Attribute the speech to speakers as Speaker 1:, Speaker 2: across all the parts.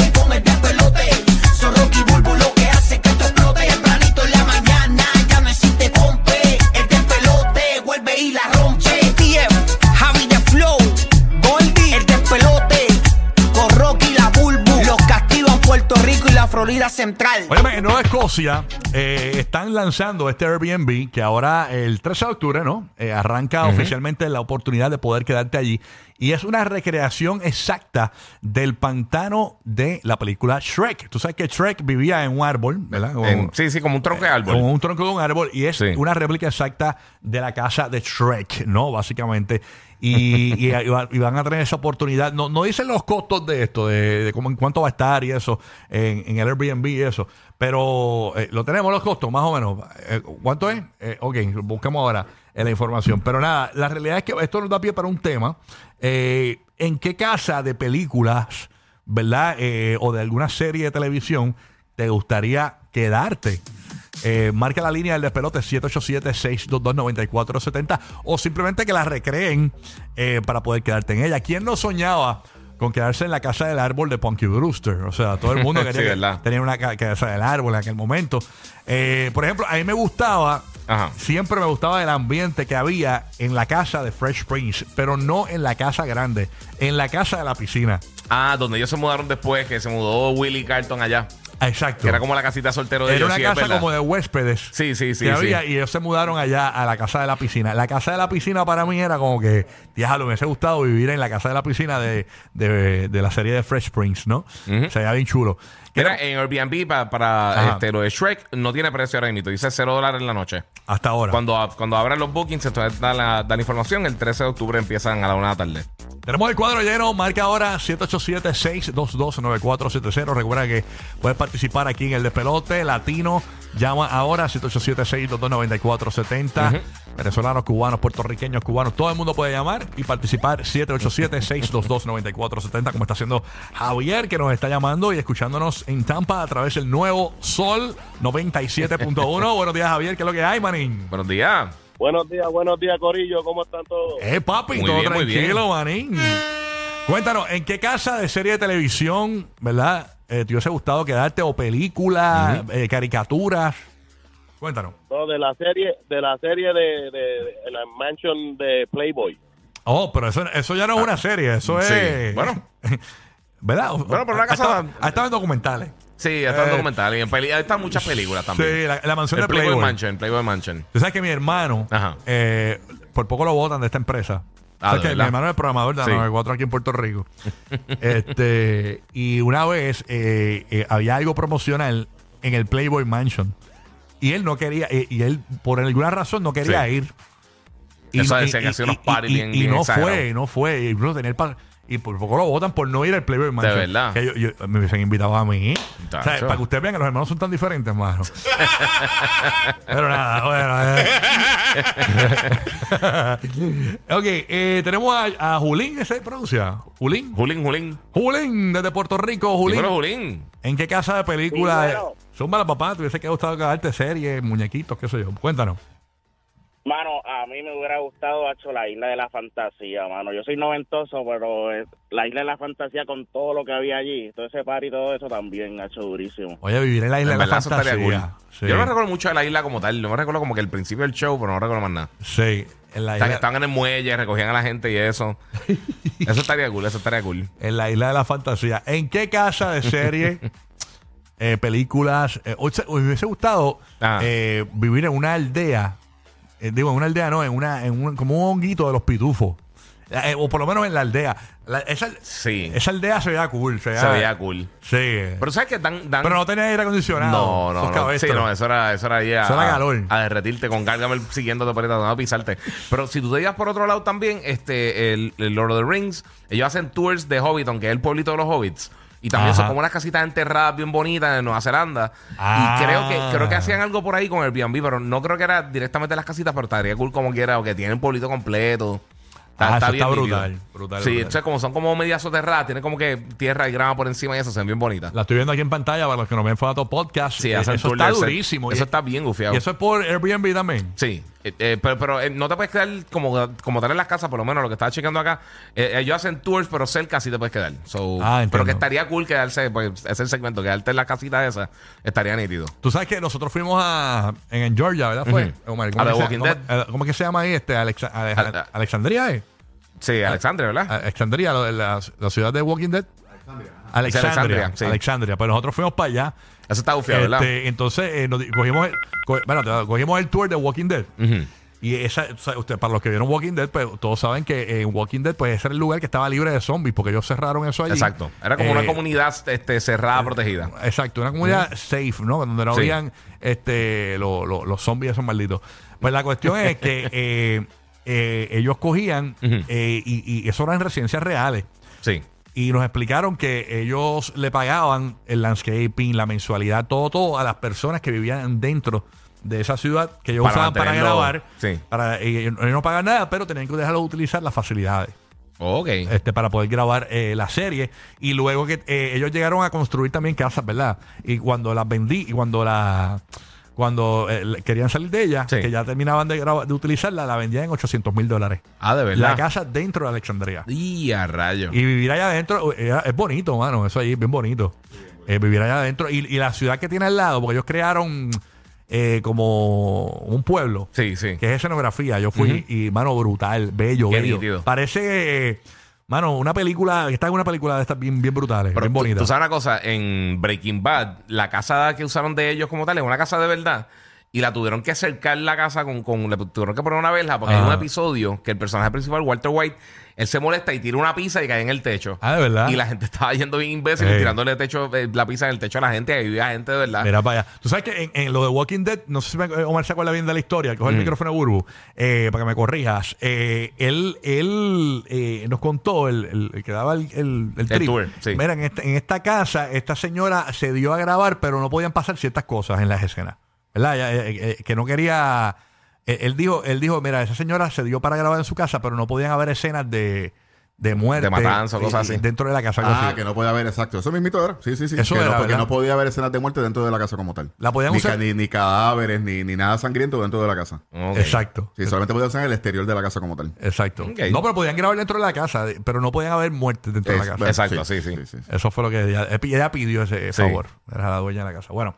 Speaker 1: y con el pelote. Son Rocky Bulbo lo que hace que esto explote. Tempranito en la mañana ya no existe compe. El despelote vuelve y la rompe. JTF, Javi de Flow, Goldie, el despelote. Con Rocky y la Bulbo. Los castigan Puerto Rico y la Florida Central.
Speaker 2: Óyeme, en Nueva Escocia eh, están lanzando este Airbnb que ahora el 13 de octubre, ¿no? Eh, arranca oficialmente la oportunidad de poder quedarte allí. Y es una recreación exacta del pantano de la película Shrek. Tú sabes que Shrek vivía en un árbol, ¿verdad? Como- eh,
Speaker 3: En- sí, sí, como un tronco de árbol.
Speaker 2: Como un tronco de un árbol y es
Speaker 3: Sí.
Speaker 2: una réplica exacta de la casa de Shrek, ¿no? Básicamente. Y, y- y va- y van a tener esa oportunidad. No, no dicen los costos de esto, de, de cómo, en cuánto va a estar y eso, en, en el Airbnb y eso. Pero eh, lo tenemos los costos, más o menos. Eh, ¿Cuánto es? Eh, ok, buscamos ahora eh, la información. Pero nada, la realidad es que esto nos da pie para un tema. Eh, ¿En qué casa de películas, verdad? Eh, o de alguna serie de televisión te gustaría quedarte? Eh, marca la línea del despelote 787-622-9470 o simplemente que la recreen eh, para poder quedarte en ella. ¿Quién no soñaba con quedarse en la casa del árbol de Punky Brewster? O sea, todo el mundo
Speaker 3: Sí,
Speaker 2: quería que-
Speaker 3: ¿verdad?
Speaker 2: tener una ca- casa del árbol en aquel momento. Eh, por ejemplo, a mí me gustaba,
Speaker 3: Ajá.
Speaker 2: siempre me gustaba el ambiente que había en la casa de Fresh Prince, pero no en la casa grande, en la casa de la piscina.
Speaker 3: Ah, donde ellos se mudaron después, que se mudó Willy Carlton allá.
Speaker 2: Ah, Exacto.
Speaker 3: Que era como la casita soltero de
Speaker 2: Era
Speaker 3: ellos.
Speaker 2: una
Speaker 3: sí, es
Speaker 2: casa
Speaker 3: verdad.
Speaker 2: como de huéspedes.
Speaker 3: Sí, sí, sí,
Speaker 2: que
Speaker 3: sí.
Speaker 2: había, y ellos se mudaron allá a la casa de la piscina. La casa de la piscina para mí era como que, diablo, me hubiese gustado vivir en la casa de la piscina de, de, de la serie de Fresh Prince, ¿no? Se veía bien chulo. Que
Speaker 3: Mira,
Speaker 2: era-
Speaker 3: en Airbnb pa-
Speaker 2: Ajá.
Speaker 3: para este, lo de Shrek no tiene precio ahora mismo. Dice 0 dólares en la noche.
Speaker 2: hasta ahora.
Speaker 3: Cuando, ab- cuando abran los bookings, entonces da la, da la información. El 13 de octubre empiezan a la 1 de la tarde.
Speaker 2: Tenemos el cuadro lleno, marca ahora 787-622-9470. Recuerda que puedes participar aquí en el despelote latino. Llama ahora 787-622-9470. Venezolanos, cubanos, puertorriqueños, cubanos, todo el mundo puede llamar y participar 787-622-9470, como está haciendo Javier, que nos está llamando y escuchándonos en Tampa a través del nuevo Sol 97.1. Buenos días, Javier, ¿qué es lo que hay, manín?
Speaker 3: Buenos días.
Speaker 4: Buenos días, buenos días, Corillo. ¿Cómo están todos?
Speaker 2: Eh, papi,
Speaker 3: Muy
Speaker 2: todo
Speaker 3: bien, muy
Speaker 2: tranquilo, manín. Cuéntanos, ¿en qué casa de serie de televisión, verdad, eh, te hubiese gustado quedarte o películas, eh, caricaturas? Cuéntanos.
Speaker 4: No, de la serie, de la serie de, de- de la mansion de Playboy.
Speaker 2: Oh, pero eso, eso ya no es una serie, eso
Speaker 3: sí.
Speaker 2: es...
Speaker 3: Bueno.
Speaker 2: ¿Verdad?
Speaker 3: Bueno, pero una
Speaker 2: Ha
Speaker 3: casa-
Speaker 2: estado- Ha estado en documentales.
Speaker 3: Sí, está en
Speaker 2: Eh,
Speaker 3: documental. Y en peli- ahí están muchas películas también.
Speaker 2: Sí, la, la mansión
Speaker 3: el
Speaker 2: de
Speaker 3: Playboy,
Speaker 2: Playboy.
Speaker 3: Mansion. Playboy Mansion.
Speaker 2: Tú sabes que mi hermano,
Speaker 3: Ajá.
Speaker 2: eh, por poco lo votan de esta empresa.
Speaker 3: Ah,
Speaker 2: Sabes
Speaker 3: ¿de
Speaker 2: que mi
Speaker 3: verdad?
Speaker 2: hermano es programador de la
Speaker 3: Sí.
Speaker 2: 94 aquí en Puerto Rico. este, y una vez eh, eh, había algo promocional en el Playboy Mansion. Y él no quería, eh, y él por alguna razón no quería
Speaker 3: Sí.
Speaker 2: ir.
Speaker 3: Eso decía que hacía unos parties
Speaker 2: y-
Speaker 3: bien-
Speaker 2: y
Speaker 3: bien
Speaker 2: no
Speaker 3: exagerados.
Speaker 2: fue, no fue. Y Bruno tenía el par- y por poco lo votan por no ir al Playboy Mansion.
Speaker 3: verdad.
Speaker 2: Que yo- yo- me hubiesen invitado a mí. O sea,
Speaker 3: Tacho.
Speaker 2: para que ustedes vean que los hermanos son tan diferentes, hermano. Pero nada, bueno. eh. ok, eh, tenemos a, a Julín, ¿qué se pronuncia? Julín.
Speaker 3: Julín, Julín.
Speaker 2: Julín, desde Puerto Rico, Julín.
Speaker 3: Dímelo, Julín.
Speaker 2: ¿En qué casa de película?
Speaker 4: Dímelo.
Speaker 2: Son malas papás, te hubiese que gustado quedarte series, muñequitos, qué sé yo. Cuéntanos.
Speaker 5: Mano, a mí me hubiera gustado, hecho la Isla de la Fantasía, mano. Yo soy noventoso, pero eh, la Isla de la Fantasía con todo lo que había allí, todo ese par y todo eso también, hecho durísimo.
Speaker 2: Oye, vivir en la isla
Speaker 3: En
Speaker 2: de la
Speaker 3: verdad, eso estaría
Speaker 2: fantasía.
Speaker 3: cool.
Speaker 2: Sí,
Speaker 3: Yo no recuerdo mucho de la isla como tal. No me recuerdo como que el principio del show, pero no recuerdo más nada.
Speaker 2: sí, en la
Speaker 3: O sea, que
Speaker 2: isla.
Speaker 3: estaban en el muelle, recogían a la gente y eso. Eso estaría cool, eso estaría cool.
Speaker 2: En la isla de la fantasía. ¿En qué casa de serie, eh, películas? eh, o sea, me hubiese gustado
Speaker 3: Ajá.
Speaker 2: eh, vivir en una aldea. eh, digo, en una aldea no, en una, en un- como un honguito de los pitufos. Eh, o por eh, lo menos en la aldea. La- esa,
Speaker 3: Sí.
Speaker 2: esa aldea se veía cool. Se veía,
Speaker 3: Se veía cool.
Speaker 2: Sí. Pero,
Speaker 3: Pero sabes que dan. dan-
Speaker 2: no tenía aire acondicionado.
Speaker 3: no, no,
Speaker 2: Esos
Speaker 3: no. Sí,
Speaker 2: cabestros.
Speaker 3: no, eso era, eso era ya
Speaker 2: Eso era
Speaker 3: a-
Speaker 2: calor.
Speaker 3: A, derretirte con Gargamel siguiéndote por ahí, tratando de pisarte. Pero si tú te ibas por otro lado también, este, el, el Lord of the Rings, ellos hacen tours de Hobbiton, que es el pueblito de los hobbits. Y también
Speaker 2: Ajá.
Speaker 3: son como unas casitas enterradas bien bonitas en Nueva Zelanda.
Speaker 2: Ah.
Speaker 3: Y creo que, creo que hacían algo por ahí con Airbnb, pero no creo que era directamente las casitas, pero estaría cool como quiera, o que tienen pueblito completo.
Speaker 2: Ah, eso está
Speaker 3: nítido.
Speaker 2: brutal, brutal,
Speaker 3: Sí,
Speaker 2: brutal.
Speaker 3: entonces como son como medias soterradas, tienen como que tierra y grama por encima y eso, se ven bien bonitas.
Speaker 2: La estoy viendo aquí en pantalla para los que nos ven foto podcast.
Speaker 3: Sí,
Speaker 2: Eh,
Speaker 3: hacen
Speaker 2: eso
Speaker 3: tour
Speaker 2: está
Speaker 3: del set.
Speaker 2: durísimo.
Speaker 3: Eso
Speaker 2: Y-
Speaker 3: está bien gufiado.
Speaker 2: Y eso es por Airbnb también.
Speaker 3: Sí, eh, eh, pero, pero, eh, no te puedes quedar como, como tal en las casas, por lo menos lo que estaba checando acá. Eh, ellos hacen tours, pero cerca sí te puedes quedar. So,
Speaker 2: Ah, entiendo.
Speaker 3: pero que estaría cool quedarse, pues ese segmento, quedarte en la casita esa, estaría nítido.
Speaker 2: Tú sabes que nosotros fuimos a en, en Georgia, ¿verdad? Fue.
Speaker 3: Ujú.
Speaker 2: Omar,
Speaker 3: A
Speaker 2: ¿cómo,
Speaker 3: The
Speaker 2: que se-
Speaker 3: Walking
Speaker 2: cómo-
Speaker 3: Dead.
Speaker 2: eh, ¿cómo que se llama ahí? Este, Alexa- Ale-
Speaker 3: Al- a-
Speaker 2: Alexandria, ¿eh?
Speaker 3: Sí, Alexandre,
Speaker 2: ah,
Speaker 3: ¿verdad?
Speaker 2: Alexandria, lo de la, la ciudad de Walking Dead. Alexandria.
Speaker 3: Sí,
Speaker 2: Alexandria,
Speaker 3: Alexandria, sí.
Speaker 2: Pues nosotros fuimos para allá.
Speaker 3: Eso está gufiado, ¿verdad?
Speaker 2: Este, entonces eh, nos di- cogimos, el, co- espérate, cogimos el tour de Walking Dead.
Speaker 3: Ujú.
Speaker 2: Y esa, o sea, usted, para los que vieron Walking Dead, pues todos saben que en Walking Dead, pues ese era el lugar que estaba libre de zombies, porque ellos cerraron eso allí.
Speaker 3: Exacto. Era como
Speaker 2: Eh,
Speaker 3: una comunidad este, cerrada, protegida.
Speaker 2: Exacto, una comunidad safe, ¿no? Donde no
Speaker 3: Sí.
Speaker 2: habían este, lo- lo- los zombies esos malditos. Pues la cuestión es que eh, eh, ellos cogían,
Speaker 3: Ujú.
Speaker 2: eh, y, y eso eran residencias reales,
Speaker 3: Sí.
Speaker 2: y nos explicaron que ellos le pagaban el landscaping, la mensualidad, todo, todo a las personas que vivían dentro de esa ciudad que ellos
Speaker 3: Para
Speaker 2: usaban para
Speaker 3: mantenerlo,
Speaker 2: grabar.
Speaker 3: sí.
Speaker 2: Para, y ellos no pagaban nada, pero tenían que dejarlos utilizar las facilidades
Speaker 3: Ok.
Speaker 2: este, para poder grabar eh, la serie. Y luego que eh, ellos llegaron a construir también casas, ¿verdad? Y cuando las vendí y cuando la cuando eh, le- querían salir de ella,
Speaker 3: Sí.
Speaker 2: que ya terminaban de, graba- de utilizarla, la vendían en 800 mil dólares.
Speaker 3: Ah, de
Speaker 2: La
Speaker 3: verdad.
Speaker 2: casa dentro de Alexandria.
Speaker 3: Y a rayo.
Speaker 2: Y vivir allá adentro eh, era- es bonito, mano. Eso ahí es bien bonito. Eh, vivir allá adentro. Y, y la ciudad que tiene al lado, porque ellos crearon eh, como un pueblo
Speaker 3: Sí, sí.
Speaker 2: que es escenografía. Yo fui y, mano, brutal, bello,
Speaker 3: Qué
Speaker 2: bello.
Speaker 3: nítido.
Speaker 2: Parece, eh, mano, una película, está en una película de estas bien, bien brutales,
Speaker 3: Pero
Speaker 2: bien
Speaker 3: tú-
Speaker 2: bonita.
Speaker 3: Tú, sabes una cosa, en Breaking Bad, la casa que usaron de ellos como tal es una casa de verdad. Y la tuvieron que cercar la casa con, con le tuvieron que poner una verja porque hay
Speaker 2: Ajá.
Speaker 3: un episodio que el personaje principal, Walter White, él se molesta y tira una pizza y cae en el techo.
Speaker 2: Ah, ¿de verdad?
Speaker 3: Y la gente estaba yendo bien imbécil
Speaker 2: Ey.
Speaker 3: y tirándole el techo, eh, la pizza en el techo a la gente, ahí vivía gente de verdad.
Speaker 2: Mira para allá. Tú sabes que en, en lo de Walking Dead, no sé si me- eh, Omar se acuerda bien de la historia,
Speaker 3: Mm.
Speaker 2: coge el micrófono de Burbu, eh, para que me corrijas. Eh, él él eh, nos contó, el, el- el que daba el, el, el trip.
Speaker 3: tour, sí.
Speaker 2: Mira, en esta, en esta casa, esta señora se dio a grabar, pero no podían pasar ciertas cosas en las escenas. ¿Verdad? Ella, eh, eh, eh, que no quería. eh, él dijo, él dijo, mira, esa señora se dio para grabar en su casa, pero no podían haber escenas de, de muerte.
Speaker 3: De matanza o
Speaker 2: eh,
Speaker 3: cosas así.
Speaker 2: Dentro de la casa. algo
Speaker 6: Ah,
Speaker 2: así.
Speaker 6: que no podía haber, exacto. Eso mismito era. Sí, sí, sí.
Speaker 2: Eso
Speaker 6: que,
Speaker 2: era,
Speaker 6: no, que
Speaker 2: ¿verdad?
Speaker 6: no podía haber escenas de muerte dentro de la casa como tal.
Speaker 2: La podían
Speaker 6: ni,
Speaker 2: usar-
Speaker 6: ca- ni, ni cadáveres, ni, ni nada sangriento dentro de la casa.
Speaker 3: Ok.
Speaker 2: Exacto.
Speaker 6: Sí, solamente podía usar en el exterior de la casa como tal.
Speaker 2: Exacto.
Speaker 3: Ok.
Speaker 2: No, pero podían grabar dentro de la casa, de- pero no podían haber muertes dentro de
Speaker 6: Es-
Speaker 2: la casa.
Speaker 6: bueno,
Speaker 3: Exacto, sí, sí.
Speaker 2: Eso fue lo que ella, ella pidió ese
Speaker 3: Sí.
Speaker 2: favor. Era la dueña de la casa. Bueno,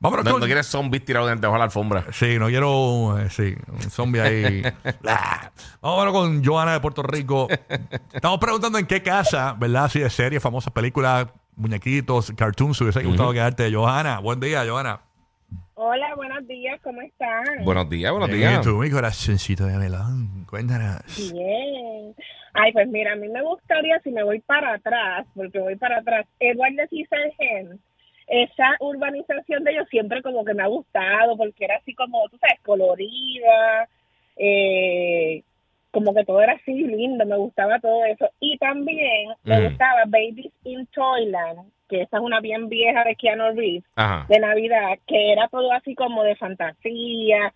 Speaker 2: vámonos
Speaker 3: No,
Speaker 2: con-
Speaker 3: no quieres zombies tirados debajo de la alfombra.
Speaker 2: Sí, no quiero. eh, sí, un zombie ahí. Blah. Vámonos con Joana de Puerto Rico. Estamos preguntando en qué casa, ¿verdad? Así de series, famosas películas, muñequitos, cartoons, hubiese gustado quedarte. Johanna, buen día, Johanna.
Speaker 7: Hola, buenos días, ¿cómo están?
Speaker 3: Buenos días, buenos
Speaker 2: Bien,
Speaker 3: días.
Speaker 2: tú, mi corazoncito de melón. Cuéntanos.
Speaker 7: Bien. Ay, pues mira, a mí me gustaría, si me voy para atrás, porque voy para atrás, Edward de Cisargen, esa urbanización de ellos siempre como que me ha gustado, porque era así como, tú sabes, colorida, eh, como que todo era así lindo, me gustaba todo eso. Y también me
Speaker 3: Mm.
Speaker 7: gustaba Babies in Toyland, que esa es una bien vieja de Keanu Reeves.
Speaker 3: Ajá.
Speaker 7: de Navidad, que era todo así como de fantasía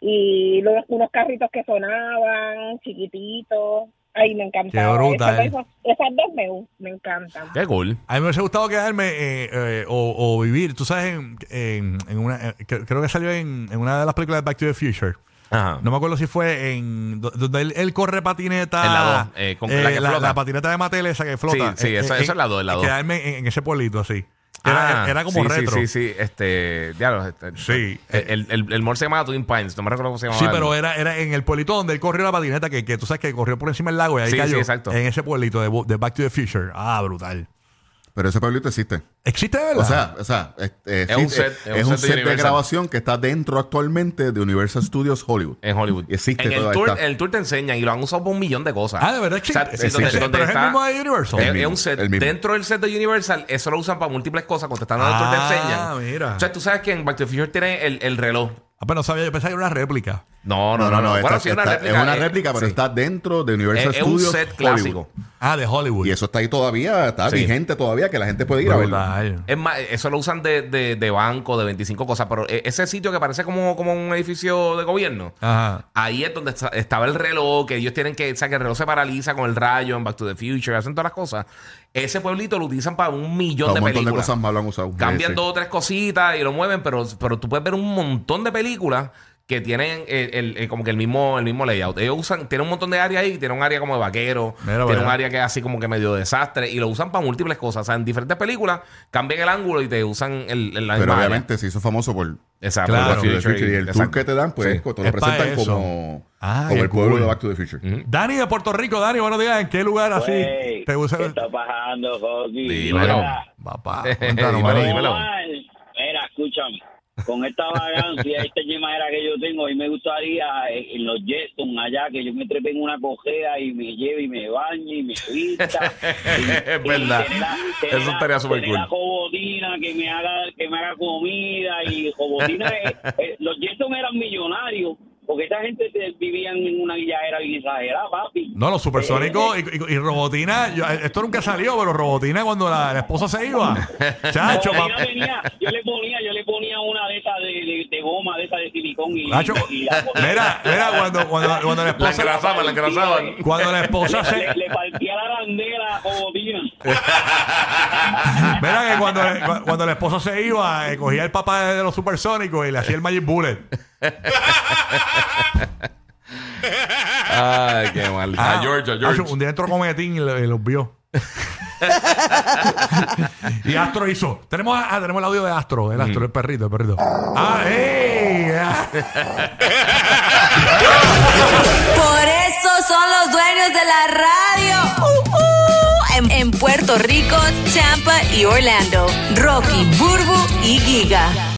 Speaker 7: y los- unos carritos que sonaban chiquititos. Ay, me encantaba.
Speaker 2: Qué brutal.
Speaker 7: Esas dos- esas dos me, gu- me encantan.
Speaker 3: Qué cool.
Speaker 2: A mí me hubiese gustado quedarme eh, eh, o, o vivir, tú sabes, en, en- en una, eh, cre- creo que salió en, en una de las películas de Back to the Future.
Speaker 3: Ajá.
Speaker 2: No me acuerdo si fue en do- donde él, él corre patineta.
Speaker 3: En la dos, eh, con- la que flota.
Speaker 2: patineta de Mattel esa que flota.
Speaker 3: Sí, sí, esa- esa es la dos, es la dos.
Speaker 2: Quedarme en, en ese pueblito así. Era,
Speaker 3: Ah,
Speaker 2: era como
Speaker 3: sí, sí,
Speaker 2: retro.
Speaker 3: Sí, sí, este. diablo, este-
Speaker 2: Sí.
Speaker 3: El, el, el, mall se llamaba Twin Pines, no me recuerdo cómo se llamaba.
Speaker 2: Sí, pero era, era en el pueblito donde él corrió la patineta, que, que tú sabes que corrió por encima del lago y ahí
Speaker 3: Sí,
Speaker 2: cayó.
Speaker 3: sí, exacto.
Speaker 2: En ese pueblito de, Bo- de Back to the Future. Ah, brutal.
Speaker 6: Pero ese pueblito existe.
Speaker 2: ¿Existe de verdad?
Speaker 6: O sea, o sea, es, es-
Speaker 3: Es un
Speaker 6: es-
Speaker 3: set, es un
Speaker 6: es un
Speaker 3: set de
Speaker 6: set de,
Speaker 3: Universal.
Speaker 6: grabación que está dentro actualmente de Universal Studios Hollywood.
Speaker 3: En Hollywood.
Speaker 6: Existe
Speaker 3: en el
Speaker 6: todavía,
Speaker 3: tour,
Speaker 6: está.
Speaker 3: en el tour te enseñan y lo han usado por un millón de cosas.
Speaker 2: Ah, de verdad
Speaker 3: O sea,
Speaker 2: existe.
Speaker 3: sí, donde-
Speaker 6: existe.
Speaker 3: donde
Speaker 2: Pero es el
Speaker 3: está-
Speaker 2: mismo de Universal.
Speaker 3: Es,
Speaker 6: El
Speaker 3: es
Speaker 6: mismo,
Speaker 3: un set.
Speaker 6: el mismo.
Speaker 3: Dentro del set de Universal, eso lo usan para múltiples cosas. Contestando al tour te
Speaker 2: Ah,
Speaker 3: enseñan.
Speaker 2: mira.
Speaker 3: O sea, tú sabes que en Back to the Future tiene el, el reloj.
Speaker 2: Ah, pero no sabía, yo pensaba que era una réplica.
Speaker 3: No, no, no. no, Bueno,
Speaker 6: está-
Speaker 3: sí, es una
Speaker 6: está-
Speaker 3: réplica.
Speaker 6: Es una
Speaker 3: eh,
Speaker 6: réplica, pero
Speaker 3: sí. Eh,
Speaker 6: está dentro de Universal
Speaker 3: Es, es un
Speaker 6: Studios
Speaker 3: set
Speaker 6: Hollywood.
Speaker 3: clásico.
Speaker 2: Ah, de Hollywood.
Speaker 6: Y eso está ahí todavía, está
Speaker 3: Sí.
Speaker 6: vigente todavía, que la gente puede ir a verlo.
Speaker 2: Brutal.
Speaker 3: Es más, eso lo usan de, de, de banco, de 25 cosas. Pero eh, ese sitio que parece como, como un edificio de gobierno.
Speaker 2: Ajá.
Speaker 3: Ahí es donde está- estaba el reloj, que ellos tienen que, o sea, que el reloj se paraliza con el rayo en Back to the Future, hacen todas las cosas. Ese pueblito lo utilizan para un millón
Speaker 6: Un
Speaker 3: de
Speaker 6: montón de
Speaker 3: películas.
Speaker 6: cosas más lo han usado.
Speaker 3: Cambian
Speaker 6: Sí, sí.
Speaker 3: dos o tres cositas y lo mueven, pero, pero tú puedes ver un montón de películas que tienen el, el- el- como que el mismo, el mismo layout. Ellos usan, tienen un montón de áreas ahí, tienen un área como de vaquero,
Speaker 2: Mira,
Speaker 3: tienen
Speaker 2: vaya.
Speaker 3: un área que es así como que medio desastre, y lo usan para múltiples cosas. O sea, en diferentes películas cambian el ángulo y te usan el, el la misma
Speaker 6: Pero
Speaker 3: área.
Speaker 6: obviamente se hizo famoso por
Speaker 3: Exacto.
Speaker 2: Claro.
Speaker 6: Back to the
Speaker 3: Future
Speaker 6: Future. Y el tour
Speaker 3: exacto.
Speaker 6: que te dan, pues
Speaker 3: Sí.
Speaker 6: te
Speaker 2: Es
Speaker 6: lo
Speaker 2: pa'
Speaker 6: presentan
Speaker 2: eso.
Speaker 6: como,
Speaker 2: Ah,
Speaker 6: como
Speaker 2: qué
Speaker 6: el pueblo
Speaker 2: cool.
Speaker 6: de Back to the Future.
Speaker 2: Dani de Puerto Rico, Dani, buenos días. ¿En qué lugar
Speaker 5: Pues,
Speaker 2: así
Speaker 5: Wey,
Speaker 2: Ah, te gusta?
Speaker 5: ¿Qué está pasando, Jogi?
Speaker 3: Dímelo.
Speaker 5: Mira,
Speaker 2: Papá,
Speaker 3: Dímelo,
Speaker 2: cuéntanos, Marín.
Speaker 3: dímelo.
Speaker 5: Omar, mira, escúchame. Con esta vagancia, esta era que yo tengo, y me gustaría eh, en los Jetson allá, que yo me trepe en una cojea y me lleve y me bañe y me vista.
Speaker 3: es verdad. Eso estaría súper cool.
Speaker 5: La cobotina que me haga, que me haga comida y cobotina. eh, eh, los Jetson eran millonarios, porque esta gente eh, vivían en una guilladera bien exagerada, papi. Eh,
Speaker 2: No, los supersónicos y, y- y Robotina, yo- esto nunca salió, pero Robotina cuando la, la esposa se iba, chacho,
Speaker 5: No,
Speaker 2: pa-
Speaker 5: yo, venía, yo le ponía, yo le ponía una de esas de, de- de goma, de esas de silicón y,
Speaker 2: chacho,
Speaker 5: y la ponía.
Speaker 2: mira, mira, cuando, cuando, cuando la
Speaker 3: La
Speaker 2: esposa,
Speaker 3: engrasaban, la engrasaban.
Speaker 2: cuando la esposa se,
Speaker 5: le, le partía la bandera a Cobotina.
Speaker 2: mira que cuando, cu- cuando la esposa se iba, eh, cogía el papá de los supersónicos y le hacía el Magic Bullet.
Speaker 3: Ay, qué mal.
Speaker 2: Ah,
Speaker 3: a George, a
Speaker 2: chacho,
Speaker 3: George.
Speaker 2: Un día entró Cometín y, lo- y los vio. y Astro hizo. Tenemos, ah, tenemos el audio de Astro, el
Speaker 3: Mm.
Speaker 2: Astro, el perrito, el perrito. ¡Ah, ey! Ah.
Speaker 8: Por eso son los dueños de la radio. Uh, uh. En, en Puerto Rico, Tampa y Orlando. Rocky, Burbu y Giga.